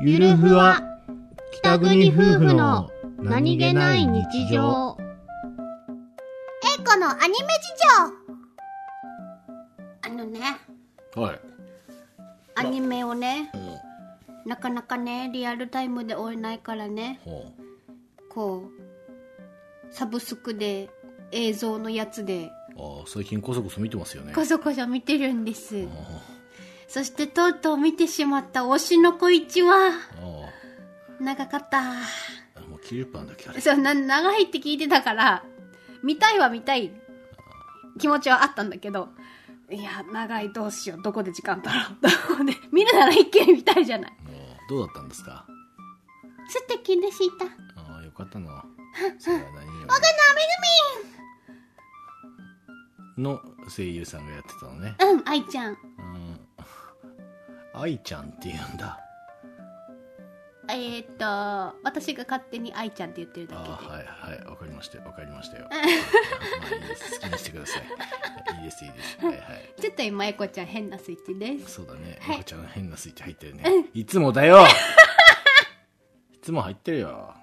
ゆるふわ北国夫婦の何気ない日常エイコのアニメ事情あのねはい、アニメをねうんなかなかねリアルタイムで追えないからねほこうサブスクで映像のやつでうあー最近こそこそ見てますよねこそこそ見てるんですあそしてとうとう見てしまった推しの子一はーあ長かったーもう90分だっけあれそうな長いって聞いてたから見たいは見たい気持ちはあったんだけどいや長いどうしようどこで時間取ろうと 思って見るなら一気に見たいじゃないもうどうだったんですか素敵でしたああよか ったなそれは何よの声優さんがやってたのねうん愛ちゃんうん愛ちゃんって言うんだえー、っと私が勝手に愛ちゃんって言ってるだけあであはいはいわかりましたよわかりましたよ まあいいです好きにしてくださいいいですいいですはいはいちょっと今、えこちゃん変なスイッチです。そうだね。はい 猫ちゃん変なスイッチ入ってるね。いつもだよいつも入ってるよ。